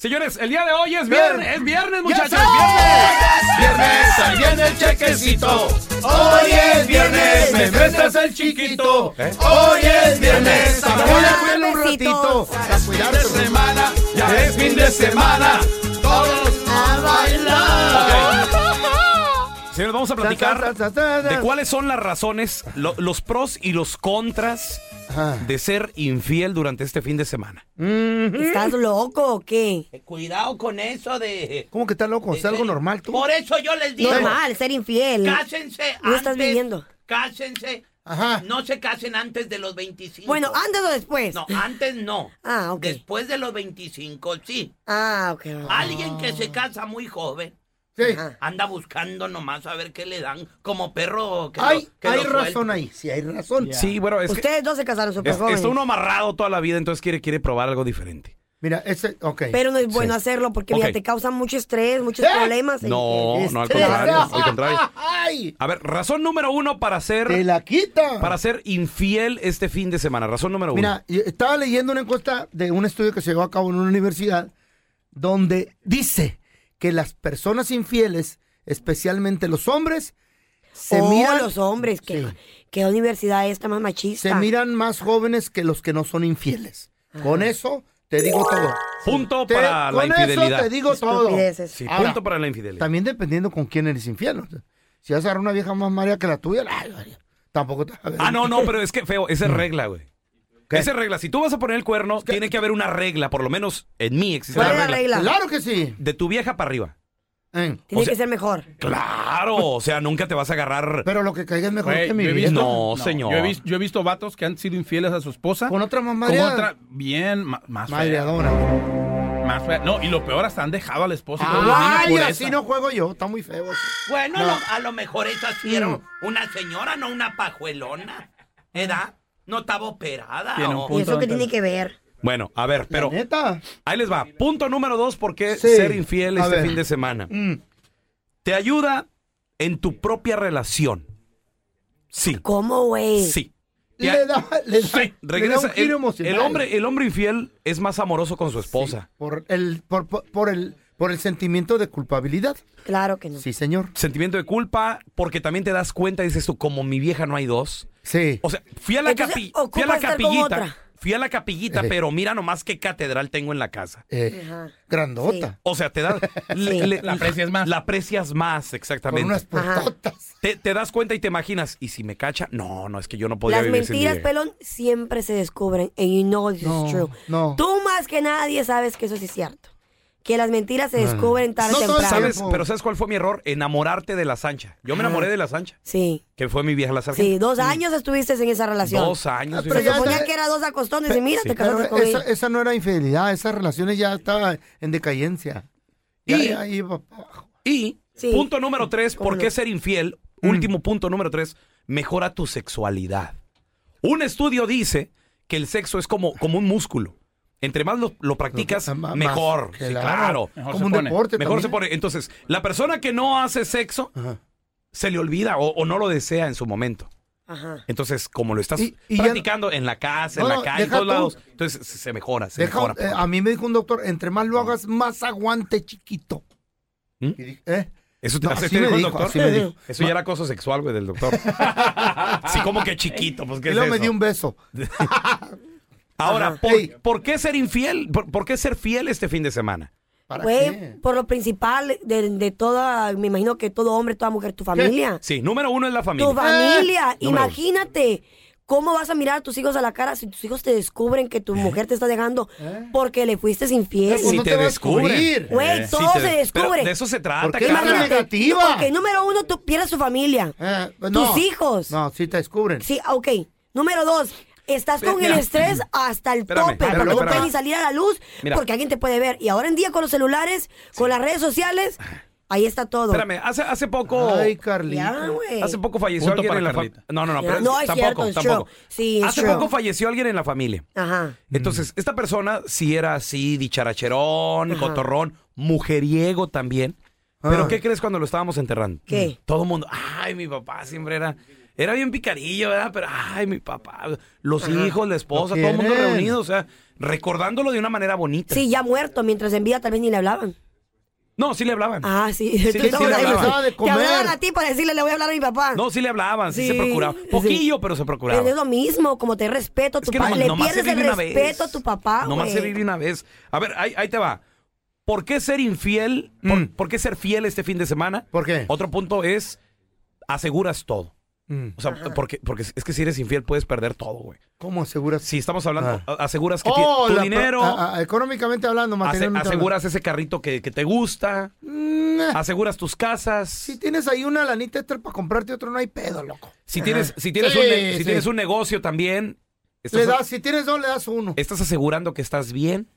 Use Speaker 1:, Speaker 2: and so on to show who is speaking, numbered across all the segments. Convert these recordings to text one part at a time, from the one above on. Speaker 1: Señores, el día de hoy es viernes, es viernes, muchachos.
Speaker 2: Viernes, ahí viene el chequecito. Hoy es viernes, me prestas el chiquito. Hoy es viernes, ahora voy a cuidar un ratito. A cuidar de semana, ya es fin de semana. Todos a bailar.
Speaker 1: Señores, vamos a platicar de cuáles son las razones, lo- los pros y los contras de ser infiel durante este fin de semana.
Speaker 3: ¿Estás loco o qué?
Speaker 4: Cuidado con eso de.
Speaker 2: ¿Cómo que estás loco? ¿Es algo normal tú?
Speaker 4: Por eso yo les digo.
Speaker 3: Normal, ser infiel.
Speaker 4: Cásense
Speaker 3: Lo
Speaker 4: antes.
Speaker 3: estás viviendo.
Speaker 4: Cásense.
Speaker 2: Ajá.
Speaker 4: No se casen antes de los 25.
Speaker 3: Bueno, antes o después.
Speaker 4: No, antes no.
Speaker 3: Ah, ok.
Speaker 4: Después de los 25, sí.
Speaker 3: Ah, ok.
Speaker 4: Alguien que
Speaker 3: Ah.
Speaker 4: se casa muy joven
Speaker 2: Sí.
Speaker 4: anda buscando nomás a ver qué le dan como perro que lo-
Speaker 2: Hay,
Speaker 4: que
Speaker 2: hay
Speaker 4: lo
Speaker 2: razón
Speaker 4: suelta.
Speaker 2: ahí, sí hay razón.
Speaker 1: Sí, bueno, es que
Speaker 3: Ustedes dos se casaron súper
Speaker 1: es-
Speaker 3: jóvenes.
Speaker 1: está uno amarrado toda la vida, entonces quiere, quiere probar algo diferente.
Speaker 2: Mira, ese, ok.
Speaker 3: Pero no es bueno
Speaker 1: Sí.
Speaker 3: hacerlo porque
Speaker 1: Ok.
Speaker 3: mira, te causa mucho estrés, muchos
Speaker 2: ¿Eh?
Speaker 3: problemas.
Speaker 1: No, no, al
Speaker 2: Estrés.
Speaker 1: contrario, al contrario.
Speaker 2: Ay,
Speaker 1: A ver, razón número uno para
Speaker 2: te
Speaker 1: ser,
Speaker 2: la quita.
Speaker 1: para ser infiel este fin de semana. Razón número uno.
Speaker 2: Mira, yo estaba leyendo una encuesta de un estudio que se llevó a cabo en una universidad donde dice que las personas infieles, especialmente los hombres, se
Speaker 3: Se
Speaker 1: Oh.
Speaker 2: miran
Speaker 3: los hombres. Que,
Speaker 2: Sí.
Speaker 3: que universidad esta más machista.
Speaker 2: se miran más jóvenes que los que no son infieles. Con eso te digo todo.
Speaker 1: punto
Speaker 2: Te-
Speaker 1: para la
Speaker 2: con
Speaker 1: infidelidad.
Speaker 2: eso te digo todo.
Speaker 3: Estupideces.
Speaker 1: Sí,
Speaker 2: Ahora,
Speaker 1: punto para la infidelidad.
Speaker 2: También dependiendo con quién eres infiel. o sea, si vas a agarrar una vieja más maría que la tuya, ay, María, tampoco te
Speaker 1: Ah, no, no, pero es que feo, esa es regla, güey.
Speaker 2: Mm. ¿Qué?
Speaker 1: Esa es regla. Si tú vas a poner el cuerno, tiene que haber una regla, por lo menos en mí existe
Speaker 3: ¿Cuál
Speaker 1: una
Speaker 3: es la
Speaker 1: regla.
Speaker 3: regla?
Speaker 2: Claro que sí.
Speaker 1: De tu vieja para arriba.
Speaker 2: Eh,
Speaker 3: Tiene
Speaker 1: o sea-
Speaker 3: que ser mejor.
Speaker 1: Claro, o sea, nunca te vas a agarrar.
Speaker 2: Pero lo que caiga es mejor
Speaker 5: Güey,
Speaker 2: que mi
Speaker 5: yo he
Speaker 2: vida.
Speaker 5: visto-
Speaker 1: No, señor.
Speaker 5: Yo he, visto, yo he visto vatos que han sido infieles a su esposa.
Speaker 2: Con otra más
Speaker 5: con
Speaker 2: madreada.
Speaker 5: otra bien ma- más fea,
Speaker 2: Madreadora.
Speaker 5: más fea. No, y lo peor, hasta han dejado al esposo.
Speaker 2: Ah,
Speaker 5: y todo el niño
Speaker 2: Ay,
Speaker 5: por
Speaker 2: así
Speaker 5: esa.
Speaker 2: no juego yo, está muy feo. eso.
Speaker 4: Bueno,
Speaker 2: No.
Speaker 4: lo- a lo mejor esa sí era
Speaker 2: Mm.
Speaker 4: una señora, no una pajuelona. ¿Edad? No estaba operada.
Speaker 5: Tiene
Speaker 4: o-
Speaker 5: un
Speaker 3: ¿Y
Speaker 5: punto.
Speaker 3: eso qué
Speaker 5: de-
Speaker 3: tiene que ver?
Speaker 1: Bueno, a ver, pero
Speaker 2: La neta.
Speaker 1: ahí les va. Punto número dos, ¿por qué
Speaker 2: Sí,
Speaker 1: ser infiel
Speaker 2: a
Speaker 1: este
Speaker 2: ver.
Speaker 1: fin de semana?
Speaker 2: Mm.
Speaker 1: Te ayuda en tu propia relación. Sí,
Speaker 3: ¿Cómo, güey?
Speaker 1: sí. Te a-
Speaker 2: Le da, le da,
Speaker 1: sí,
Speaker 2: le da
Speaker 1: regresa.
Speaker 2: un giro
Speaker 1: el,
Speaker 2: emocional.
Speaker 1: el hombre, el hombre infiel es más amoroso con su esposa.
Speaker 2: Por el, por, por- por el, por el sentimiento de culpabilidad.
Speaker 3: Claro que no.
Speaker 2: Sí, señor.
Speaker 1: Sentimiento de culpa, porque también te das cuenta, dices tú, como mi vieja no hay dos.
Speaker 2: Sí.
Speaker 1: O sea, fui a la,
Speaker 3: Entonces,
Speaker 1: capi-
Speaker 3: ocupa
Speaker 1: fui a la
Speaker 3: estar con
Speaker 1: capillita.
Speaker 3: otra.
Speaker 1: Fui a la capillita,
Speaker 2: Ey.
Speaker 1: pero mira nomás qué catedral tengo en la casa.
Speaker 2: Eh,
Speaker 3: Ajá.
Speaker 2: grandota.
Speaker 1: O sea, te das. le- le-
Speaker 5: La aprecias más.
Speaker 1: La aprecias más,
Speaker 2: Con
Speaker 1: exactamente.
Speaker 2: unas
Speaker 3: Ajá.
Speaker 2: puertotas.
Speaker 1: Te, te das cuenta y te imaginas, ¿y si me cacha? No, no, es que yo no podría
Speaker 3: Las
Speaker 1: vivir sin mi
Speaker 3: mentiras,
Speaker 1: vieja.
Speaker 3: pelón, siempre se descubren. And you know this
Speaker 2: No,
Speaker 3: is true.
Speaker 2: no.
Speaker 3: Tú más que nadie sabes que eso sí es cierto. Que las mentiras se descubren tarde
Speaker 2: No
Speaker 3: o
Speaker 2: todos
Speaker 3: temprano.
Speaker 2: saben.
Speaker 1: ¿Sabes? Pero ¿sabes cuál fue mi error? Enamorarte de la Sancha. Yo me enamoré de la Sancha,
Speaker 3: Sí,
Speaker 1: que fue mi vieja la
Speaker 3: sí.
Speaker 1: sargento.
Speaker 3: Dos años estuviste en esa relación.
Speaker 1: Dos años.
Speaker 2: Ah,
Speaker 1: sí.
Speaker 2: pero
Speaker 3: Se
Speaker 2: ya-
Speaker 3: suponía
Speaker 2: está-
Speaker 3: que era dos acostones y mira,
Speaker 1: sí.
Speaker 3: te
Speaker 2: Pero
Speaker 3: casaste con
Speaker 2: esa,
Speaker 3: ella.
Speaker 2: esa no era infidelidad, esas relaciones ya estaban en decadencia. Ya,
Speaker 1: Y-
Speaker 2: ya iba pa' abajo.
Speaker 1: Y
Speaker 3: Sí.
Speaker 1: punto número tres,
Speaker 3: ¿Cómo
Speaker 1: ¿por
Speaker 3: no?
Speaker 1: qué ser infiel?
Speaker 2: Mm.
Speaker 1: Último punto número tres, mejora tu sexualidad. Un estudio dice que el sexo es como, como un músculo. Entre más lo, lo practicas,
Speaker 2: Más-
Speaker 1: mejor.
Speaker 2: más-
Speaker 1: Sí, claro.
Speaker 5: Mejor
Speaker 2: Como
Speaker 5: se
Speaker 2: un
Speaker 5: pone.
Speaker 2: deporte.
Speaker 1: Mejor se
Speaker 2: también.
Speaker 1: pone. Entonces, la persona que no hace sexo
Speaker 2: Ajá.
Speaker 1: se le olvida o, o no lo desea en su momento.
Speaker 3: Ajá.
Speaker 1: Entonces, como lo estás
Speaker 2: Y- y ya-
Speaker 1: practicando en la casa,
Speaker 2: No,
Speaker 1: en
Speaker 2: no,
Speaker 1: la calle, en
Speaker 2: deja
Speaker 1: todos
Speaker 2: tú.
Speaker 1: lados, entonces se se mejora, se
Speaker 2: Deja-
Speaker 1: mejora.
Speaker 2: eh, a mí me dijo un doctor, entre más lo hagas, más aguante, chiquito.
Speaker 1: ¿Mm?
Speaker 2: Y dije, ¿eh?
Speaker 1: Eso te,
Speaker 2: No,
Speaker 1: así
Speaker 2: así
Speaker 1: te
Speaker 2: me
Speaker 1: dijo el
Speaker 2: dijo,
Speaker 1: doctor.
Speaker 2: así me dijo.
Speaker 1: Eso ya era acoso sexual, güey, del doctor. sí, como que chiquito, pues
Speaker 2: Y
Speaker 1: qué es
Speaker 2: luego me
Speaker 1: eso?
Speaker 2: dio un beso.
Speaker 1: Ahora,
Speaker 2: Ajá.
Speaker 1: ¿por,
Speaker 2: Ey.
Speaker 1: por qué ser infiel? ¿Por, por qué ser fiel este fin de semana?
Speaker 2: ¿Para
Speaker 3: Güey,
Speaker 2: qué?
Speaker 3: por lo principal de, de toda, me imagino que todo hombre, toda mujer, tu familia.
Speaker 1: Sí, número uno es la
Speaker 3: Tu
Speaker 1: familia.
Speaker 2: Ah,
Speaker 3: familia,
Speaker 1: Número uno.
Speaker 3: imagínate. ¿Cómo vas a mirar a tus hijos a la cara si tus hijos te descubren
Speaker 2: ¿Eh?
Speaker 3: que tu mujer te está dejando porque le fuiste infiel?
Speaker 2: Pues
Speaker 1: Si
Speaker 2: no
Speaker 1: te
Speaker 2: te va a
Speaker 1: descubren.
Speaker 2: descubrir.
Speaker 3: Güey,
Speaker 1: Si
Speaker 3: todo
Speaker 1: te-
Speaker 3: se descubre.
Speaker 1: pero de eso se trata,
Speaker 2: ¿Por qué
Speaker 1: Carla.
Speaker 2: no
Speaker 3: Imagínate,
Speaker 2: negativa.
Speaker 3: Ok, número uno, tú pierdes tu familia.
Speaker 2: Eh,
Speaker 3: tus
Speaker 2: no.
Speaker 3: hijos.
Speaker 2: No, sí te descubren.
Speaker 3: Sí, ok. Número dos, Estás con el
Speaker 1: Mira.
Speaker 3: estrés hasta el tope,
Speaker 1: Espérame, espérame,
Speaker 3: porque no
Speaker 1: espérame.
Speaker 3: puedes ni salir a la luz,
Speaker 1: Mira.
Speaker 3: porque alguien te puede ver. Y ahora en día con los celulares, con las redes sociales, ahí está todo.
Speaker 1: Espérame, hace, hace poco.
Speaker 2: Ay,
Speaker 3: Ya,
Speaker 2: Carlita.
Speaker 3: güey.
Speaker 1: Hace poco falleció
Speaker 5: Punto
Speaker 1: alguien
Speaker 5: para
Speaker 1: en la familia.
Speaker 5: Carlita.
Speaker 1: No, no, no, pero
Speaker 3: No, es
Speaker 1: tampoco,
Speaker 3: cierto, es
Speaker 1: tampoco.
Speaker 3: true. Sí, es
Speaker 1: Hace
Speaker 3: true.
Speaker 1: poco falleció alguien en la familia.
Speaker 3: Ajá.
Speaker 1: Entonces, esta persona sí era así, dicharacherón, cotorrón, mujeriego también. Pero, ¿qué crees cuando lo estábamos enterrando?
Speaker 3: Ah.
Speaker 1: Mm.
Speaker 3: ¿Qué?
Speaker 1: Todo el mundo, ay, mi papá siempre era, era bien picarillo, ¿verdad? Pero, ay, mi papá, los hijos, la esposa,
Speaker 2: Lo
Speaker 1: todo el mundo
Speaker 2: quieren.
Speaker 1: reunido, o sea, recordándolo de una manera bonita.
Speaker 3: Sí, ya muerto, mientras en vida tal vez ni le hablaban.
Speaker 1: No, sí le hablaban.
Speaker 3: Ah, sí.
Speaker 1: sí,
Speaker 3: Tú
Speaker 1: sí, le
Speaker 3: ahí.
Speaker 1: hablaba
Speaker 2: de
Speaker 3: Te hablaban
Speaker 2: comer.
Speaker 3: a ti para decirle, le voy a hablar a mi papá.
Speaker 1: No, sí le hablaban, sí, se
Speaker 3: Sí,
Speaker 1: procuraba.
Speaker 3: sí.
Speaker 1: Poquillo, pero se procuraba.
Speaker 3: Pero es lo mismo, como te respeto a tu
Speaker 1: Es que
Speaker 3: papá.
Speaker 1: nomás-
Speaker 3: Le
Speaker 1: nomás
Speaker 3: pierdes
Speaker 1: se
Speaker 3: el
Speaker 1: vive una vez.
Speaker 3: respeto a tu papá.
Speaker 1: Nomás se
Speaker 3: güey.
Speaker 1: vive una vez. A ver, ahí, ahí te va. ¿Por qué ser infiel? Por,
Speaker 2: Mm.
Speaker 1: por qué ser fiel este fin de semana?
Speaker 2: ¿Por qué?
Speaker 1: Otro punto es, aseguras todo.
Speaker 2: Mm.
Speaker 1: O sea, porque, porque es que si eres infiel puedes perder todo, güey.
Speaker 2: ¿Cómo aseguras?
Speaker 1: Si estamos hablando, a- aseguras que
Speaker 2: Oh,
Speaker 1: ti- tu
Speaker 2: la-
Speaker 1: dinero,
Speaker 2: a- a- económicamente hablando, Mm, eh.
Speaker 1: ase-
Speaker 2: materialmente
Speaker 1: aseguras ese carrito que, que te gusta,
Speaker 2: hablando. Nah,
Speaker 1: aseguras tus casas.
Speaker 2: Si tienes ahí una lanita extra para comprarte otro, no hay pedo, loco.
Speaker 1: Si tienes, si tienes,
Speaker 2: Sí,
Speaker 1: un, ne- si
Speaker 2: sí.
Speaker 1: tienes un negocio también,
Speaker 2: Le
Speaker 1: estás,
Speaker 2: das, si tienes dos, le das uno.
Speaker 1: estás asegurando que estás bien.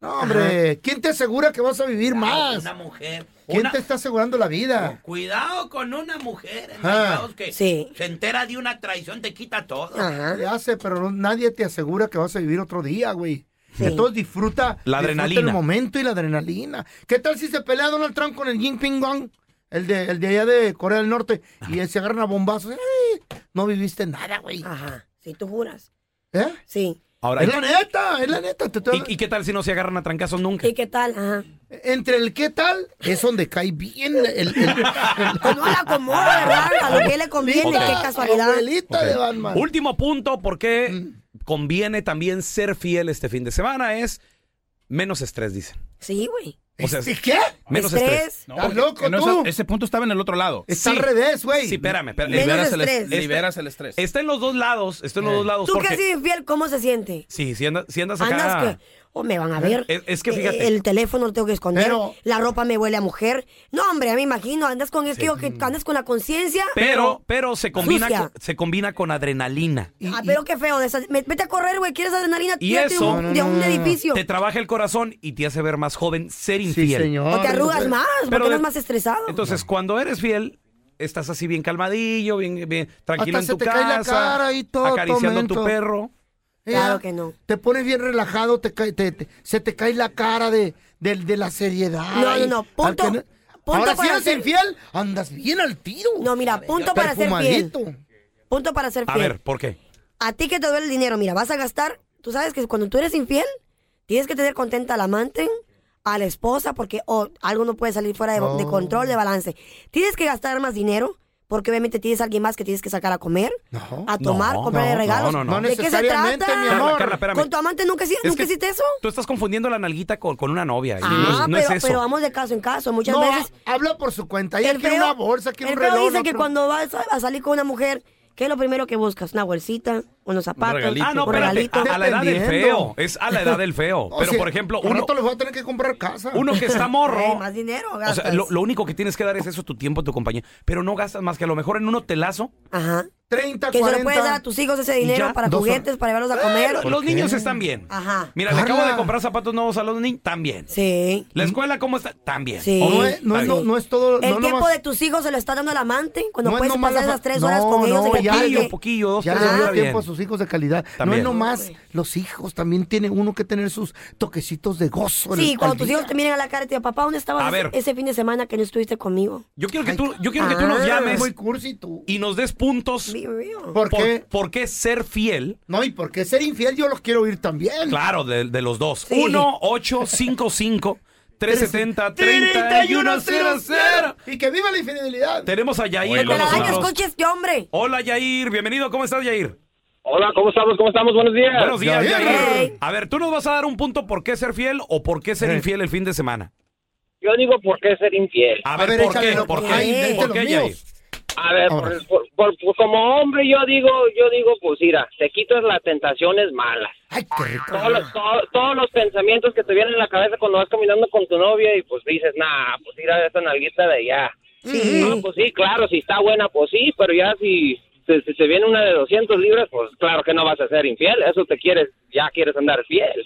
Speaker 2: No, hombre, ¿quién te asegura que vas a vivir más?
Speaker 4: Una mujer.
Speaker 2: ¿Quién
Speaker 4: una-
Speaker 2: te está asegurando la vida?
Speaker 4: Cuidado con una mujer. en
Speaker 2: Ah.
Speaker 4: los lados que
Speaker 3: Sí.
Speaker 4: se entera de una traición, te quita todo.
Speaker 3: Ajá.
Speaker 2: Ya sé, pero no- nadie te asegura que vas a vivir otro día, güey.
Speaker 3: Sí.
Speaker 2: Entonces disfruta,
Speaker 1: La
Speaker 2: disfruta
Speaker 1: adrenalina.
Speaker 2: el momento y la adrenalina. ¿Qué tal si se pelea Donald Trump con el Jinping Wang, el de, el de allá de Corea del Norte, y se agarran a bombazos? ¡Ay! no viviste nada, güey.
Speaker 1: Ah.
Speaker 3: Ajá. Sí, tú juras.
Speaker 2: ¿Eh?
Speaker 3: Sí.
Speaker 1: Ahora,
Speaker 2: Es la neta, es la neta. te estoy
Speaker 1: ¿y, y qué tal si no se agarran a trancazos nunca?
Speaker 3: ¿Y qué tal? Ajá.
Speaker 2: Entre el qué tal es donde cae bien el, el- el-
Speaker 3: Pues no la acomoda, ¿verdad? A lo que le conviene,
Speaker 1: Ok.
Speaker 3: qué casualidad.
Speaker 2: abuelita de Batman. Mm.
Speaker 1: Último punto, por qué conviene también ser fiel este fin de semana es menos estrés, dicen.
Speaker 3: Sí, güey.
Speaker 1: O sea,
Speaker 2: ¿Este qué?
Speaker 1: menos
Speaker 3: Estrés.
Speaker 1: estrés.
Speaker 5: No,
Speaker 2: ¿Estás
Speaker 5: porque-
Speaker 2: loco
Speaker 5: no,
Speaker 2: tú?
Speaker 5: ese- Ese punto estaba en el otro lado.
Speaker 2: Está
Speaker 1: Sí.
Speaker 2: al revés, güey.
Speaker 1: Sí, espérame, espérame.
Speaker 3: Menos
Speaker 5: Liberas el,
Speaker 3: estrés.
Speaker 5: est- liberas el estrés.
Speaker 1: Está en los dos lados, está en
Speaker 2: Eh.
Speaker 1: los dos lados.
Speaker 3: ¿Tú que
Speaker 1: porque-
Speaker 3: has sido infiel? ¿Cómo se siente?
Speaker 1: Sí, si andas, si andas acá.
Speaker 3: Andas que. O me van a ver.
Speaker 1: Es- es que
Speaker 3: Eh,
Speaker 1: fíjate.
Speaker 3: El teléfono lo tengo que esconder.
Speaker 2: Pero-
Speaker 3: La ropa me huele a mujer. No, hombre, ya me imagino. Andas con. Es que, yo que andas con la conciencia.
Speaker 1: Pero, pero se combina,
Speaker 3: Sucia.
Speaker 1: con, se combina con adrenalina.
Speaker 3: Ah, pero qué feo. de esas- me- Vete a correr, güey. ¿Quieres adrenalina?
Speaker 1: Y
Speaker 3: Tírate de
Speaker 1: eso-
Speaker 3: un- de un edificio.
Speaker 1: Te trabaja el corazón y te hace ver más joven ser
Speaker 2: Sí,
Speaker 1: infiel.
Speaker 2: señor.
Speaker 3: O te arrugas más,
Speaker 1: Pero
Speaker 3: porque
Speaker 1: de-
Speaker 3: eres más estresado.
Speaker 1: Entonces, cuando eres fiel, estás así bien calmadillo, bien, bien tranquilo
Speaker 2: Hasta
Speaker 1: en tu
Speaker 2: se te cae
Speaker 1: casa,
Speaker 2: la cara y todo, todo
Speaker 1: acariciando a
Speaker 2: mento.
Speaker 1: tu perro.
Speaker 2: Eh,
Speaker 3: Claro que no.
Speaker 2: Te pones bien relajado, te cae- te- te- se te cae la cara de, de, de la seriedad.
Speaker 3: No, no, no,
Speaker 2: Al
Speaker 3: punto-
Speaker 2: que no-
Speaker 3: punto
Speaker 2: Ahora si
Speaker 3: para
Speaker 2: eres
Speaker 3: ser-
Speaker 2: infiel, andas bien al tiro.
Speaker 3: No, mira, punto para ser fiel.
Speaker 2: Perfumadito.
Speaker 3: Punto para ser
Speaker 1: A
Speaker 3: fiel.
Speaker 1: ver, ¿por qué?
Speaker 3: A ti que te duele el dinero, mira, vas a gastar. Tú sabes que cuando tú eres infiel, tienes que tener contenta al amante, a la esposa, porque o algo no puede salir fuera de, de control, de balance. Tienes que gastar más dinero, porque obviamente tienes a alguien más que tienes que sacar a comer,
Speaker 2: No,
Speaker 3: a tomar,
Speaker 1: no,
Speaker 3: comprarle
Speaker 1: no,
Speaker 3: regalos.
Speaker 1: no, no,
Speaker 2: no.
Speaker 3: ¿De qué se
Speaker 2: Necesariamente,
Speaker 3: trata?
Speaker 2: mi amor.
Speaker 1: Carla, Carla, espérame.
Speaker 3: ¿Con tu amante nunca, hiciste-
Speaker 1: Es
Speaker 3: nunca
Speaker 1: que
Speaker 3: hiciste eso?
Speaker 1: Tú estás confundiendo la nalguita con, con una novia. y
Speaker 3: Ah,
Speaker 1: no, no
Speaker 3: pero,
Speaker 1: es eso.
Speaker 3: pero vamos de caso en caso. Muchas
Speaker 2: No,
Speaker 3: veces
Speaker 2: habla por su cuenta. Ella
Speaker 3: el
Speaker 2: quiere
Speaker 3: feo-
Speaker 2: una bolsa, quiere
Speaker 3: el
Speaker 2: un
Speaker 3: feo
Speaker 2: reloj.
Speaker 3: dice que
Speaker 2: otro-
Speaker 3: cuando vas a, a salir con una mujer, ¿qué es lo primero que buscas? Una bolsita, unos zapatos, un,
Speaker 5: regalito.
Speaker 1: Ah, no, espérate.
Speaker 3: regalito.
Speaker 1: A, a la edad del feo.
Speaker 2: Dependiendo.
Speaker 1: Es a la edad del feo.
Speaker 2: O
Speaker 1: pero,
Speaker 2: sea,
Speaker 1: por ejemplo,
Speaker 2: al
Speaker 1: uno,
Speaker 2: rato les voy a tener que comprar casa.
Speaker 1: uno que está
Speaker 3: Ay,
Speaker 1: morro.
Speaker 3: más dinero
Speaker 1: o sea,
Speaker 3: gastas.
Speaker 1: lo, lo único que tienes que dar es eso, tu tiempo, tu compañía. Pero no gastas más que a lo mejor en un hotelazo.
Speaker 3: Ajá.
Speaker 2: 30,
Speaker 3: Que se lo
Speaker 2: 40.
Speaker 3: puedes dar a tus hijos ese
Speaker 1: ya,
Speaker 3: dinero para
Speaker 2: dos
Speaker 3: juguetes, para llevarlos a comer.
Speaker 1: Pero los niños están bien.
Speaker 3: Ajá.
Speaker 1: Mira, le acabo
Speaker 2: Carla.
Speaker 1: de comprar zapatos nuevos a los niños. También.
Speaker 3: Sí.
Speaker 1: La escuela, ¿cómo está? También.
Speaker 3: Sí.
Speaker 2: No es- no es- no- no es todo-
Speaker 3: El
Speaker 2: no
Speaker 3: tiempo
Speaker 2: nomás-
Speaker 3: de tus hijos se lo está dando el amante cuando
Speaker 2: No es
Speaker 3: puedes
Speaker 2: nomás
Speaker 3: pasar
Speaker 2: la fa-
Speaker 3: esas tres horas con
Speaker 2: No,
Speaker 3: ellos
Speaker 2: no,
Speaker 3: de repente.
Speaker 2: ya,
Speaker 1: Poquillo, poquillo, dos,
Speaker 2: Ya
Speaker 1: tres
Speaker 2: le
Speaker 1: horas,
Speaker 2: dio
Speaker 1: bien.
Speaker 2: tiempo a sus hijos de calidad.
Speaker 1: También.
Speaker 2: No es nomás los hijos, también tienen uno que tener sus toquecitos de gozo. en
Speaker 3: Sí,
Speaker 2: el-
Speaker 3: cuando
Speaker 2: al
Speaker 3: tus
Speaker 2: día.
Speaker 3: hijos te miren a la cara y te digan, papá, ¿dónde estabas
Speaker 1: A
Speaker 3: ese-
Speaker 1: ver.
Speaker 3: ese fin de semana que no estuviste conmigo?
Speaker 1: Yo quiero que
Speaker 2: Ay,
Speaker 1: tú, yo quiero que tú nos
Speaker 3: ah,
Speaker 1: llames
Speaker 2: Muy cursi tú.
Speaker 1: y nos des puntos
Speaker 3: Be real.
Speaker 2: ¿Por,
Speaker 1: por-
Speaker 2: qué?
Speaker 1: por qué ser fiel
Speaker 2: No, y por qué ser infiel yo los quiero oír también.
Speaker 1: Claro, de, de los dos.
Speaker 3: Sí.
Speaker 1: 1-855-370-3100.
Speaker 2: Y que viva la infidelidad.
Speaker 1: Tenemos a Yair
Speaker 5: Oye,
Speaker 1: con
Speaker 3: ¡Me la
Speaker 5: Nosotros.
Speaker 3: dañes,
Speaker 1: nosotros.
Speaker 3: conche este hombre!
Speaker 1: Hola, Yair. Bienvenido. ¿Cómo estás, Yair?
Speaker 6: Hola, ¿cómo estamos? ¿Cómo estamos? Buenos días.
Speaker 1: Buenos días,
Speaker 2: Yair.
Speaker 1: Yair.
Speaker 3: Hey.
Speaker 1: A ver, ¿tú nos vas a dar un punto por qué ser fiel o por qué ser
Speaker 2: Eh.
Speaker 1: infiel el fin de semana?
Speaker 6: Yo digo por qué ser infiel.
Speaker 1: A
Speaker 2: A
Speaker 1: ver,
Speaker 2: ver,
Speaker 1: ¿por
Speaker 2: échale,
Speaker 1: qué?
Speaker 2: no,
Speaker 1: ¿Por
Speaker 3: porque ahí
Speaker 1: qué?
Speaker 3: vete
Speaker 1: ¿Por
Speaker 2: los
Speaker 1: qué,
Speaker 2: míos.
Speaker 1: Yair?
Speaker 6: A ver,
Speaker 2: Ahora.
Speaker 6: por- por- por- por- como hombre yo digo, yo digo, pues mira, te quitas las tentaciones malas.
Speaker 2: Ay, qué rico.
Speaker 6: Todos los, to- todos los pensamientos que te vienen en la cabeza cuando vas caminando con tu novia y pues dices, nah, pues ir a esta nalguita de allá.
Speaker 3: Sí.
Speaker 6: No, pues sí, claro, si está buena, pues sí, pero ya si este, si se viene una de 200 libras, pues claro que no vas a ser infiel. Eso te quieres, ya quieres andar fiel.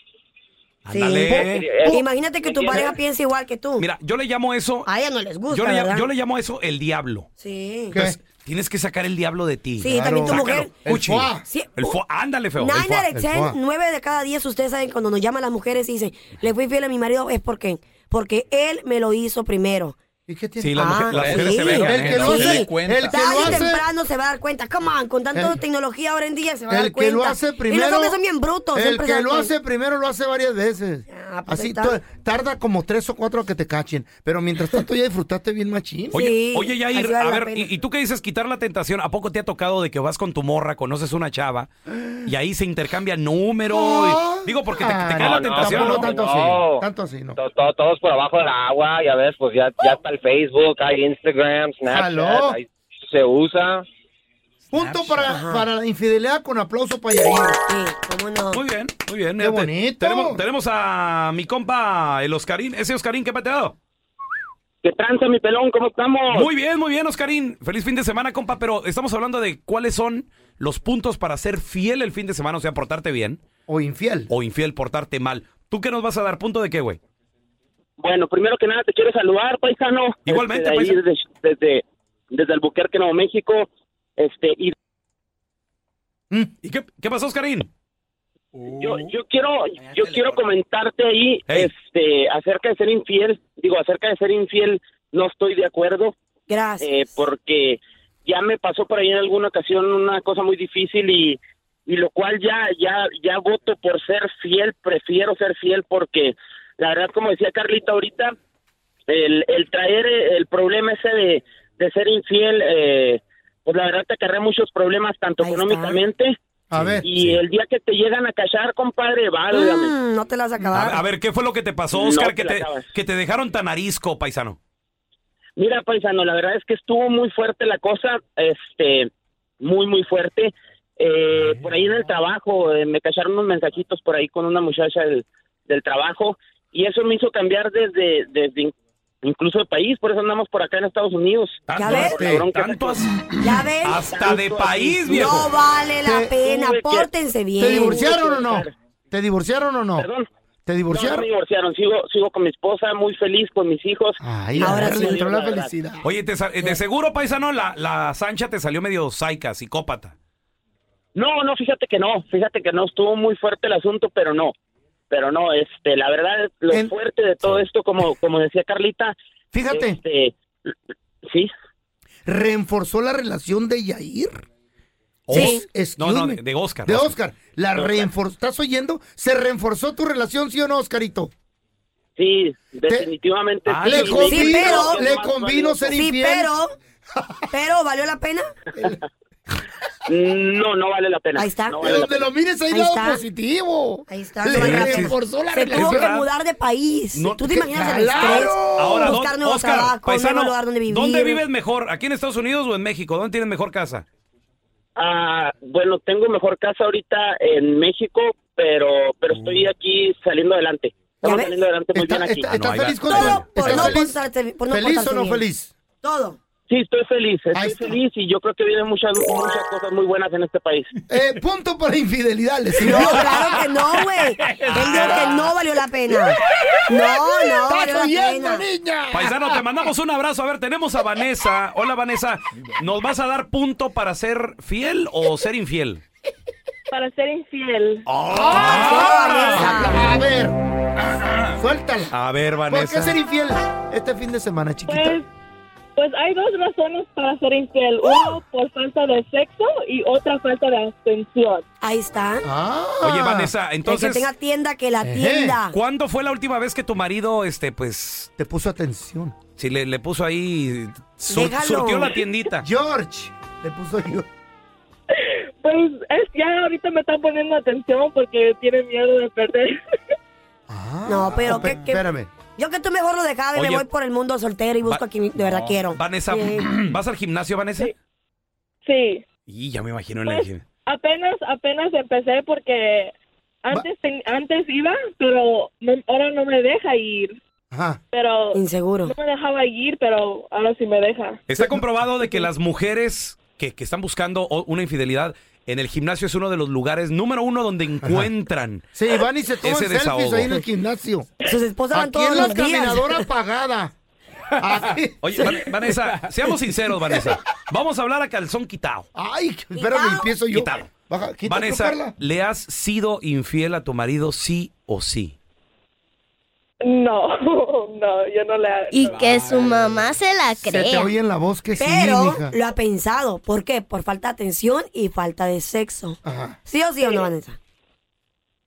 Speaker 3: Sí.
Speaker 1: Ándale.
Speaker 3: Imagínate que tu pareja piensa igual que tú.
Speaker 1: Mira, yo le llamo eso.
Speaker 3: A ella no les gusta,
Speaker 1: Yo le,
Speaker 3: ¿verdad?
Speaker 1: llamo, yo le llamo eso el diablo.
Speaker 3: Sí.
Speaker 2: ¿Qué?
Speaker 1: Entonces, tienes que sacar el diablo de ti.
Speaker 3: Sí, también tu
Speaker 1: Sácalo.
Speaker 3: mujer.
Speaker 2: El
Speaker 1: Uchi.
Speaker 2: fuá.
Speaker 3: Sí. uh,
Speaker 1: El fuá. Ándale, feo. el
Speaker 3: Nine
Speaker 1: fuá.
Speaker 3: out of ten,
Speaker 2: fuá.
Speaker 3: nueve de cada diez, ustedes saben, cuando nos llaman las mujeres y dicen, le fui fiel a mi marido, es porque, porque él me lo hizo primero.
Speaker 2: ¿Y qué tiene?
Speaker 1: Sí, las
Speaker 3: Ah,
Speaker 1: mujeres, las mujeres
Speaker 3: sí.
Speaker 1: se vengan.
Speaker 2: El
Speaker 1: ¿eh?
Speaker 2: que
Speaker 1: Las
Speaker 2: lo
Speaker 1: mujeres-
Speaker 2: hace-
Speaker 5: cuenta.
Speaker 2: el que
Speaker 3: Tarde
Speaker 2: lo
Speaker 3: o
Speaker 2: hace,
Speaker 3: temprano se va a dar cuenta. Come on, con tanta
Speaker 2: El-
Speaker 3: tecnología ahora en día se va a dar
Speaker 2: el
Speaker 3: cuenta.
Speaker 2: que lo hace primero,
Speaker 3: Y los hombres son bien brutos.
Speaker 2: el
Speaker 3: siempre se
Speaker 2: que
Speaker 3: dan
Speaker 2: lo
Speaker 3: cuenta.
Speaker 2: hace primero lo hace varias veces.
Speaker 3: Ah, pues ahí
Speaker 2: Así
Speaker 3: está.
Speaker 2: to- tarda como tres o cuatro a que te cachen, pero mientras tanto ya disfrutaste bien machín.
Speaker 1: Oye,
Speaker 3: Sí,
Speaker 1: oye, Yair,
Speaker 3: así vale
Speaker 1: a
Speaker 3: la
Speaker 1: ver,
Speaker 3: pena.
Speaker 1: ¿y, y tú qué dices quitar la tentación? ¿A poco te ha tocado de que vas con tu morra, conoces una chava y ahí se intercambia número?
Speaker 2: Ah,
Speaker 1: y- digo, porque te, te
Speaker 2: ah,
Speaker 1: cae
Speaker 2: no,
Speaker 1: la
Speaker 2: no,
Speaker 1: tentación,
Speaker 2: tampoco
Speaker 1: ¿no?
Speaker 2: tanto así,
Speaker 6: No.
Speaker 2: tanto así, no.
Speaker 6: To- to- todos por abajo del agua, ya ves, pues ya, ya está el Facebook, hay Instagram, Snapchat,
Speaker 2: Aló.
Speaker 6: ahí se usa.
Speaker 2: Punto para, para la infidelidad con aplauso para Yair.
Speaker 3: Sí, cómo no.
Speaker 1: Muy bien, muy bien.
Speaker 2: Qué
Speaker 1: Mira, te-
Speaker 2: bonito.
Speaker 1: Tenemos, tenemos a mi compa, el Oscarín. Ese Oscarín, ¿qué pateado?
Speaker 6: ¿Qué tranza, mi pelón? ¿Cómo estamos?
Speaker 1: Muy bien, muy bien, Oscarín. Feliz fin de semana, compa. Pero estamos hablando de cuáles son los puntos para ser fiel el fin de semana, o sea, portarte bien
Speaker 2: O infiel.
Speaker 1: o infiel, portarte mal. ¿Tú qué nos vas a dar? ¿Punto de qué, güey?
Speaker 6: Bueno, primero que nada te quiero saludar, paisano.
Speaker 1: Igualmente,
Speaker 6: Este, de ahí,
Speaker 1: paisano.
Speaker 6: Desde, desde, desde Albuquerque, Nuevo México. Este, y
Speaker 1: ¿Y qué, qué pasó, Oscarín?
Speaker 6: yo, yo quiero, yo quiero comentarte ahí,
Speaker 1: Uh. Ey.
Speaker 6: este, acerca de ser infiel. Digo, acerca de ser infiel, no estoy de acuerdo.
Speaker 3: Gracias.
Speaker 6: eh, porque ya me pasó por ahí en alguna ocasión una cosa muy difícil y, y lo cual ya, ya, ya voto por ser fiel, prefiero ser fiel porque la verdad, como decía Carlita ahorita, el, el traer eh, el problema ese de, de ser infiel, eh, pues la verdad te acarrea muchos problemas, tanto
Speaker 3: Ahí está.
Speaker 6: económicamente
Speaker 2: A ver.
Speaker 6: y el día que te llegan a callar, compadre, válgame.
Speaker 3: Mm, no te las vas a
Speaker 1: A,
Speaker 3: acabar.
Speaker 1: a ver, ¿qué fue lo que te pasó,
Speaker 6: No
Speaker 1: Oscar,
Speaker 6: te
Speaker 1: que,
Speaker 6: la
Speaker 1: te,
Speaker 6: acabas.
Speaker 1: que te dejaron tan arisco, paisano?
Speaker 6: Mira, paisano, la verdad es que estuvo muy fuerte la cosa, este, muy, muy fuerte. Eh, por ahí en el trabajo, eh, me cacharon unos mensajitos por ahí con una muchacha del, del trabajo y eso me hizo cambiar desde, desde in- incluso el país, por eso andamos por acá en Estados Unidos.
Speaker 3: Ya
Speaker 1: Tanto,
Speaker 3: ves.
Speaker 1: hasta- tanto hasta-
Speaker 3: ¿Ya ves?
Speaker 1: este, hasta de
Speaker 6: Tanto
Speaker 1: país,
Speaker 6: así.
Speaker 1: viejo.
Speaker 3: No vale la
Speaker 2: Te-
Speaker 3: pena.
Speaker 6: tuve que-
Speaker 3: Pórtense bien.
Speaker 2: ¿Te divorciaron o no?
Speaker 6: Perdón.
Speaker 2: ¿Te divorciaron o no?
Speaker 6: Perdón.
Speaker 2: ¿Te
Speaker 6: No, no
Speaker 2: divorciaron?
Speaker 6: me divorciaron, sigo, sigo con mi esposa, muy feliz con mis hijos.
Speaker 2: Ay,
Speaker 3: Ahora
Speaker 2: ahora
Speaker 3: sí.
Speaker 2: le entró la
Speaker 6: La verdad.
Speaker 2: felicidad.
Speaker 1: Oye, te sa- eh, de seguro, paisano, la, la Sancha te salió medio saica, psicópata.
Speaker 6: No, no, fíjate que no, fíjate que no, estuvo muy fuerte el asunto, pero no, pero no, este, la verdad, lo
Speaker 2: En-
Speaker 6: fuerte de todo esto, como, como decía Carlita,
Speaker 2: Fíjate,
Speaker 6: este, sí,
Speaker 2: reforzó la relación de Yair.
Speaker 3: Sí.
Speaker 2: Excuse
Speaker 1: No, no,
Speaker 2: me.
Speaker 1: de, de Oscar.
Speaker 2: De Oscar. La reenfor- ¿Estás oyendo? ¿Se reforzó tu relación, sí o no, Oscarito?
Speaker 6: sí, definitivamente.
Speaker 1: Ah,
Speaker 2: Le
Speaker 1: sí,
Speaker 2: convino,
Speaker 3: sí, pero-
Speaker 2: le convino ser
Speaker 3: Sí,
Speaker 2: infiel.
Speaker 3: pero. Pero, ¿valió la pena?
Speaker 6: No, no vale la pena.
Speaker 3: Ahí está.
Speaker 6: No
Speaker 2: De
Speaker 6: vale la
Speaker 2: donde
Speaker 6: pena.
Speaker 2: lo mires hay
Speaker 3: Ahí
Speaker 2: lado
Speaker 3: está.
Speaker 2: positivo.
Speaker 3: Ahí está.
Speaker 2: Le
Speaker 3: no valió la pena.
Speaker 2: reforzó la
Speaker 3: Se tuvo
Speaker 2: relación.
Speaker 3: que mudar de país.
Speaker 1: No,
Speaker 3: ¿Tú te
Speaker 2: que-
Speaker 3: imaginas el
Speaker 2: ¡Claro!
Speaker 3: estrés?
Speaker 1: Ahora, don-
Speaker 3: buscar nuevos
Speaker 1: Oscar,
Speaker 3: trabajos,
Speaker 1: paisano,
Speaker 3: nuevo lugar donde vivir.
Speaker 1: ¿dónde vives mejor? ¿Aquí en Estados Unidos o en México? ¿Dónde tienes mejor casa?
Speaker 6: Ah, bueno, tengo mejor casa ahorita en México, pero, pero estoy aquí saliendo adelante. Estamos
Speaker 3: ves?
Speaker 6: saliendo adelante muy
Speaker 2: Mm. Está-
Speaker 6: bien aquí.
Speaker 2: está-
Speaker 1: Ah, no,
Speaker 2: ¿Estás
Speaker 1: ahí va.
Speaker 2: feliz con
Speaker 3: Todo
Speaker 2: tu-
Speaker 3: por
Speaker 2: ¿Estás
Speaker 3: no
Speaker 2: feliz?
Speaker 3: portarte- por no
Speaker 2: ¿Feliz o
Speaker 3: portarse
Speaker 2: no
Speaker 3: bien.
Speaker 2: feliz?
Speaker 3: Todo.
Speaker 6: Sí, estoy feliz,
Speaker 2: Ahí
Speaker 6: estoy
Speaker 2: está.
Speaker 6: feliz y yo creo que vienen muchas, muchas cosas muy buenas en este país.
Speaker 2: Eh, punto para infidelidad, le sirvió.
Speaker 3: No, claro que no, güey. Él dijo que no valió la pena. No, no valió
Speaker 2: ¡Estás
Speaker 3: la
Speaker 2: oyendo,
Speaker 3: pena.
Speaker 2: niña!
Speaker 1: Paisano, te mandamos un abrazo. A ver, tenemos a Vanessa. Hola, Vanessa. ¿Nos vas a dar punto para ser fiel o ser infiel?
Speaker 7: para ser infiel.
Speaker 2: Ah, A ver, suéltala.
Speaker 1: A ver,
Speaker 2: ¿Por qué
Speaker 1: Ah, Vanessa.
Speaker 2: ser infiel este fin de semana, chiquita?
Speaker 7: Pues, pues hay dos razones para ser infiel. Uno por falta de sexo y otra falta de atención.
Speaker 3: Ahí está.
Speaker 2: Ah.
Speaker 1: Oye, Vanessa,
Speaker 3: el
Speaker 1: entonces,
Speaker 3: que tenga tienda, que la
Speaker 2: Ejé.
Speaker 3: tienda.
Speaker 1: ¿cuándo fue la última vez que tu marido, este, pues,
Speaker 2: Te puso atención.
Speaker 1: si le, le puso ahí, sur-
Speaker 3: Déjalo.
Speaker 1: surtió la tiendita?
Speaker 2: George, le puso yo.
Speaker 7: Pues es ya ahorita me están poniendo atención porque tiene miedo de perder.
Speaker 2: Ah.
Speaker 3: No, pero
Speaker 2: Pe-
Speaker 3: que- que-
Speaker 2: Espérame.
Speaker 3: Yo que tú mejor lo dejaba y me
Speaker 1: Oye,
Speaker 3: voy por el mundo soltero y busco
Speaker 1: Va-
Speaker 3: a quien de verdad quiero. Eh.
Speaker 1: Vanessa,
Speaker 3: Sí.
Speaker 1: ¿vas al gimnasio, Vanessa?
Speaker 7: Sí,
Speaker 1: Y ya me imagino en el
Speaker 7: Pues-
Speaker 1: gimnasio.
Speaker 7: apenas apenas empecé porque antes ten- antes iba, pero no- ahora no me deja ir.
Speaker 2: Ajá.
Speaker 7: Pero no
Speaker 3: Inseguro.
Speaker 7: me dejaba ir, pero ahora sí me deja.
Speaker 1: Está comprobado de que las mujeres que, que están buscando o- una infidelidad, en el gimnasio es uno de los lugares número uno donde encuentran.
Speaker 2: Sí, van y se toman
Speaker 1: Ese
Speaker 2: selfies
Speaker 1: desahogo.
Speaker 2: ahí en el gimnasio.
Speaker 3: Sus esposas van
Speaker 2: Aquí
Speaker 3: Pues todos
Speaker 2: en la
Speaker 3: los días.
Speaker 2: caminadora apagada. Aquí.
Speaker 1: Oye, Van- Vanessa, seamos sinceros, Vanessa. Vamos a hablar a calzón quitado.
Speaker 2: Ay, espérame, empiezo yo.
Speaker 1: Quitado.
Speaker 2: Baja, quita
Speaker 1: Vanessa,
Speaker 2: tú, Carla.
Speaker 1: ¿le has sido infiel a tu marido sí o sí?
Speaker 7: No, no, yo no la...
Speaker 8: Y que su mamá se la
Speaker 2: Se te
Speaker 8: crea.
Speaker 2: oye en la voz que sí,
Speaker 3: Pero
Speaker 2: mija.
Speaker 3: lo ha pensado. ¿Por qué? Por falta de atención y falta de sexo.
Speaker 2: Ajá.
Speaker 3: ¿Sí o sí o no, Vanessa?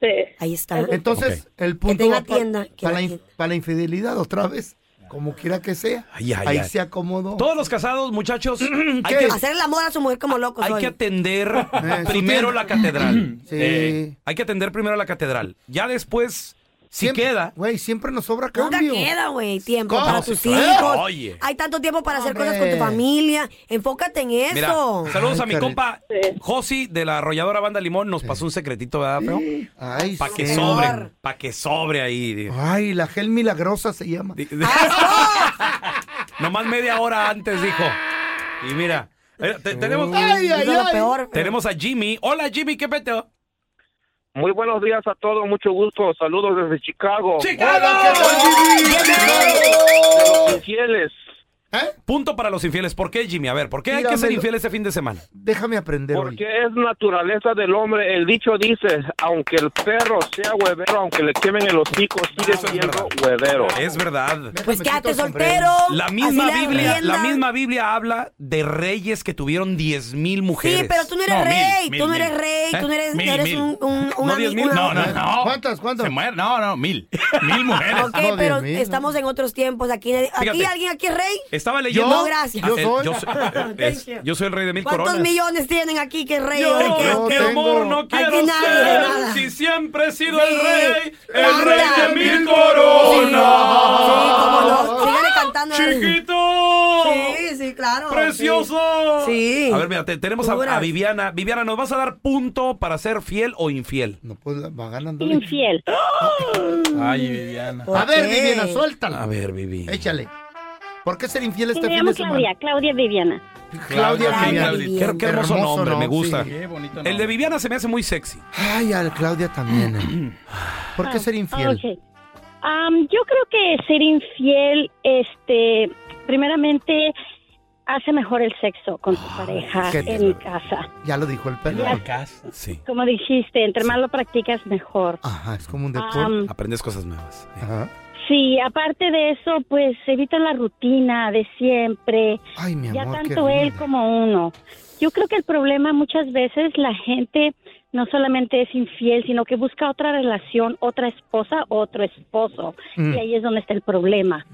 Speaker 7: Sí.
Speaker 3: Ahí está.
Speaker 2: Eh, Entonces, el punto
Speaker 3: tenga
Speaker 2: va pa-
Speaker 3: tienda, que
Speaker 2: para,
Speaker 3: la
Speaker 2: la inf-
Speaker 3: tienda.
Speaker 2: para la infidelidad otra vez, como quiera que sea.
Speaker 1: Ay, ay,
Speaker 2: ahí
Speaker 1: ay.
Speaker 2: se acomodó.
Speaker 1: Todos los casados, muchachos, hay
Speaker 2: Oh. ¿Qué?
Speaker 1: que,
Speaker 3: Hacer el amor a su mujer como locos
Speaker 1: hay
Speaker 3: hoy.
Speaker 1: que atender
Speaker 2: eso
Speaker 1: primero
Speaker 2: Eh, tiene-
Speaker 1: la catedral. Eh,
Speaker 2: Sí.
Speaker 1: Hay que atender primero la catedral. Ya después, si
Speaker 2: Siempre-
Speaker 1: queda,
Speaker 2: Güey, siempre nos sobra
Speaker 3: Nunca
Speaker 2: cambio.
Speaker 3: queda, güey, tiempo
Speaker 2: ¿Cómo?
Speaker 3: para tus
Speaker 1: Sí, claro.
Speaker 3: hijos.
Speaker 1: Oye.
Speaker 3: Hay tanto tiempo para hacer
Speaker 2: Hombre.
Speaker 3: cosas con tu familia. Enfócate en
Speaker 1: Mira,
Speaker 3: eso.
Speaker 1: saludos
Speaker 2: Ay,
Speaker 1: a mi
Speaker 2: Carlita.
Speaker 1: compa
Speaker 7: Sí.
Speaker 1: Josi de la arrolladora Banda Limón. Nos pasó un secretito, ¿verdad, feo?
Speaker 2: Ay,
Speaker 1: Para que
Speaker 2: sí.
Speaker 1: sobre, para que sobre ahí.
Speaker 2: Ay, la gel milagrosa se llama.
Speaker 1: Di- di- Nomás media hora antes, dijo. Y mira, eh, te- tenemos,
Speaker 2: Ay, ay,
Speaker 3: Eso es lo
Speaker 2: ay. Pues
Speaker 3: peor.
Speaker 1: tenemos a Jimmy. Hola, Jimmy, ¿qué peteo?
Speaker 6: Muy buenos días a todos, mucho gusto. Saludos desde Chicago. Infieles.
Speaker 2: ¿Eh?
Speaker 1: Punto para los infieles. ¿Por qué, Jimmy? A ver, ¿por qué hay que
Speaker 2: Dígamelo.
Speaker 1: ser infiel este fin de semana?
Speaker 2: Déjame aprender hoy.
Speaker 6: Porque es naturaleza del hombre. El dicho dice, aunque el perro sea huevero, aunque le quemen el hocico, sigue
Speaker 1: Eso es
Speaker 6: siendo
Speaker 1: verdad.
Speaker 6: huevero.
Speaker 1: Es verdad.
Speaker 3: Pues
Speaker 2: Déjame
Speaker 3: quédate
Speaker 2: quito el sombrero.
Speaker 3: soltero.
Speaker 1: La
Speaker 3: así
Speaker 1: misma Biblia, la
Speaker 3: riendas.
Speaker 1: misma Biblia habla de reyes que tuvieron 10 mil mujeres.
Speaker 3: Sí, pero tú no eres
Speaker 5: No, mil,
Speaker 3: rey,
Speaker 5: mil,
Speaker 3: tú no
Speaker 5: mil.
Speaker 3: eres rey,
Speaker 1: ¿Eh?
Speaker 3: tú no eres,
Speaker 5: Mil,
Speaker 3: eres
Speaker 5: mil.
Speaker 3: un, un,
Speaker 1: No,
Speaker 3: una,
Speaker 1: diez
Speaker 3: ami-
Speaker 1: mil,
Speaker 3: una-
Speaker 5: No, no, no.
Speaker 2: ¿Cuántas, cuántas?
Speaker 5: Se muere. No, no, mil. Mil mujeres.
Speaker 3: Ok,
Speaker 2: No, diez
Speaker 3: pero
Speaker 2: mil, no.
Speaker 3: estamos en otros tiempos. Aquí, aquí
Speaker 1: Fíjate.
Speaker 3: alguien aquí es rey.
Speaker 1: Estaba leyendo.
Speaker 3: No, gracias.
Speaker 1: Ah,
Speaker 2: Yo
Speaker 1: eh,
Speaker 2: soy.
Speaker 1: Yo soy, es- yo soy el rey de mil
Speaker 3: ¿Cuántos
Speaker 1: coronas.
Speaker 3: millones tienen aquí que es rey?
Speaker 1: Yo,
Speaker 3: Ahora que-
Speaker 2: Yo
Speaker 1: mi
Speaker 2: tengo-
Speaker 1: amor, no quiero
Speaker 3: Aquí nadie,
Speaker 1: ser.
Speaker 3: nada.
Speaker 1: Si siempre he sido
Speaker 3: Sí.
Speaker 1: el rey, el
Speaker 3: Anda.
Speaker 1: rey de mil
Speaker 3: Sí, sí, cómo
Speaker 1: coronas.
Speaker 3: no. Sígale cantando.
Speaker 1: Ah, Chiquito.
Speaker 3: Sí, sí, claro.
Speaker 1: Precioso.
Speaker 3: Sí.
Speaker 1: A ver, mira, te- tenemos a,
Speaker 3: Dura.
Speaker 1: a Viviana. Viviana, ¿nos vas a dar punto para ser fiel o infiel?
Speaker 2: No, pues la- va ganando.
Speaker 8: Infiel.
Speaker 5: Ay, Viviana.
Speaker 3: ¿Por
Speaker 2: A ver,
Speaker 3: qué?
Speaker 2: Viviana, suéltala.
Speaker 1: A ver, Vivi.
Speaker 2: Échale. ¿Por qué ser infiel este
Speaker 8: Me
Speaker 2: fin
Speaker 8: llamo
Speaker 2: de semana?
Speaker 8: Claudia, Claudia Viviana.
Speaker 2: Claudia,
Speaker 3: Claudia
Speaker 2: Viviana.
Speaker 3: Viviana.
Speaker 1: Qué, qué hermoso,
Speaker 2: Hermoso
Speaker 1: nombre, me
Speaker 2: nom-
Speaker 1: gusta.
Speaker 2: sí.
Speaker 5: Qué bonito.
Speaker 1: El de Viviana se me hace muy sexy.
Speaker 2: Ay, al Claudia también. eh.
Speaker 3: Ah,
Speaker 2: ¿Por qué ser infiel?
Speaker 8: Ah, Ok. Am, yo creo que ser infiel, este, primeramente, hace mejor el sexo con tu pareja
Speaker 2: qué
Speaker 8: en casa.
Speaker 2: Ya lo dijo el perro.
Speaker 5: casa.
Speaker 1: Sí.
Speaker 8: Como dijiste, entre más lo practicas, mejor.
Speaker 2: Ajá, es como un deporte.
Speaker 8: Am,
Speaker 1: Aprendes cosas nuevas.
Speaker 2: Ajá.
Speaker 8: sí, aparte de eso, pues evita la rutina de siempre.
Speaker 2: Ay, mi
Speaker 8: ya
Speaker 2: amor, qué
Speaker 8: tanto él
Speaker 2: linda.
Speaker 8: como uno. Yo creo que el problema muchas veces la gente no solamente es infiel, sino que busca otra relación, otra esposa, otro esposo.
Speaker 2: Mm.
Speaker 8: Y ahí es donde está el problema.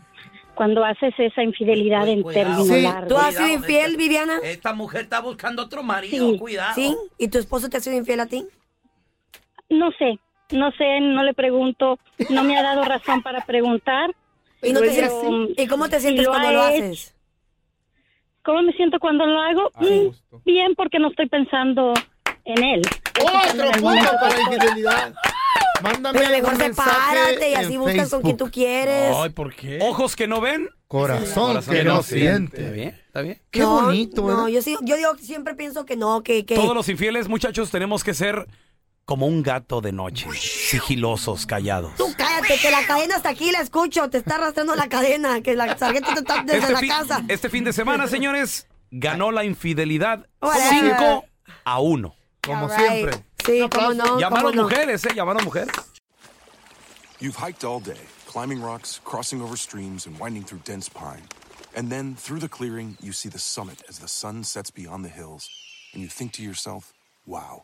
Speaker 8: Cuando haces esa infidelidad en términos
Speaker 2: Sí.
Speaker 8: largos.
Speaker 3: ¿Tú has
Speaker 4: Pues Cuidado,
Speaker 3: sido infiel,
Speaker 4: neta.
Speaker 3: Viviana?
Speaker 4: Esta mujer está buscando otro marido,
Speaker 8: Sí.
Speaker 4: cuidado.
Speaker 3: ¿Sí? ¿Y tu esposo te ha sido infiel a ti?
Speaker 8: No sé, no sé, no le pregunto, no me ha dado razón para preguntar.
Speaker 3: ¿Y, no te
Speaker 8: Pero,
Speaker 3: sientes- ¿y cómo te
Speaker 8: si
Speaker 3: sientes
Speaker 8: lo
Speaker 3: cuando
Speaker 8: ha
Speaker 3: lo
Speaker 8: hecho-
Speaker 3: haces?
Speaker 8: ¿Cómo me siento cuando lo hago? Mm, bien, porque no estoy pensando en él.
Speaker 2: Otro punto para la infidelidad. Mándame
Speaker 3: Pero mejor
Speaker 2: un mensaje
Speaker 3: sepárate y así
Speaker 2: en
Speaker 3: buscas con quien
Speaker 2: Facebook.
Speaker 3: tú quieres.
Speaker 5: Ay, ¿por qué?
Speaker 1: Ojos que no ven.
Speaker 2: Corazón,
Speaker 1: corazón
Speaker 2: que no
Speaker 1: Está
Speaker 2: siente.
Speaker 1: bien, está bien.
Speaker 2: Qué
Speaker 3: No,
Speaker 2: bonito,
Speaker 3: No,
Speaker 2: ¿eh?
Speaker 3: yo, sí- yo digo, siempre pienso que no, que... que
Speaker 1: Todos los infieles, muchachos, tenemos que ser como un gato de noche. Sigilosos, callados.
Speaker 3: Tú cállate, que la cadena hasta aquí, la escucho. Te está arrastrando la cadena, que la sargento te está desde la
Speaker 1: fin,
Speaker 3: casa.
Speaker 1: este fin de semana, señores, ganó la infidelidad
Speaker 3: Whatever.
Speaker 1: 5 a 1.
Speaker 2: Como
Speaker 3: Alright.
Speaker 2: siempre.
Speaker 3: Sí, cómo no.
Speaker 1: Llamaron
Speaker 3: cómo no.
Speaker 1: mujeres, ¿eh? Llamaron mujeres.
Speaker 9: You've hiked all day, climbing rocks, crossing over streams, and winding through dense pine. And then, through the clearing, you see the summit as the sun sets beyond the hills, and you think to yourself, wow,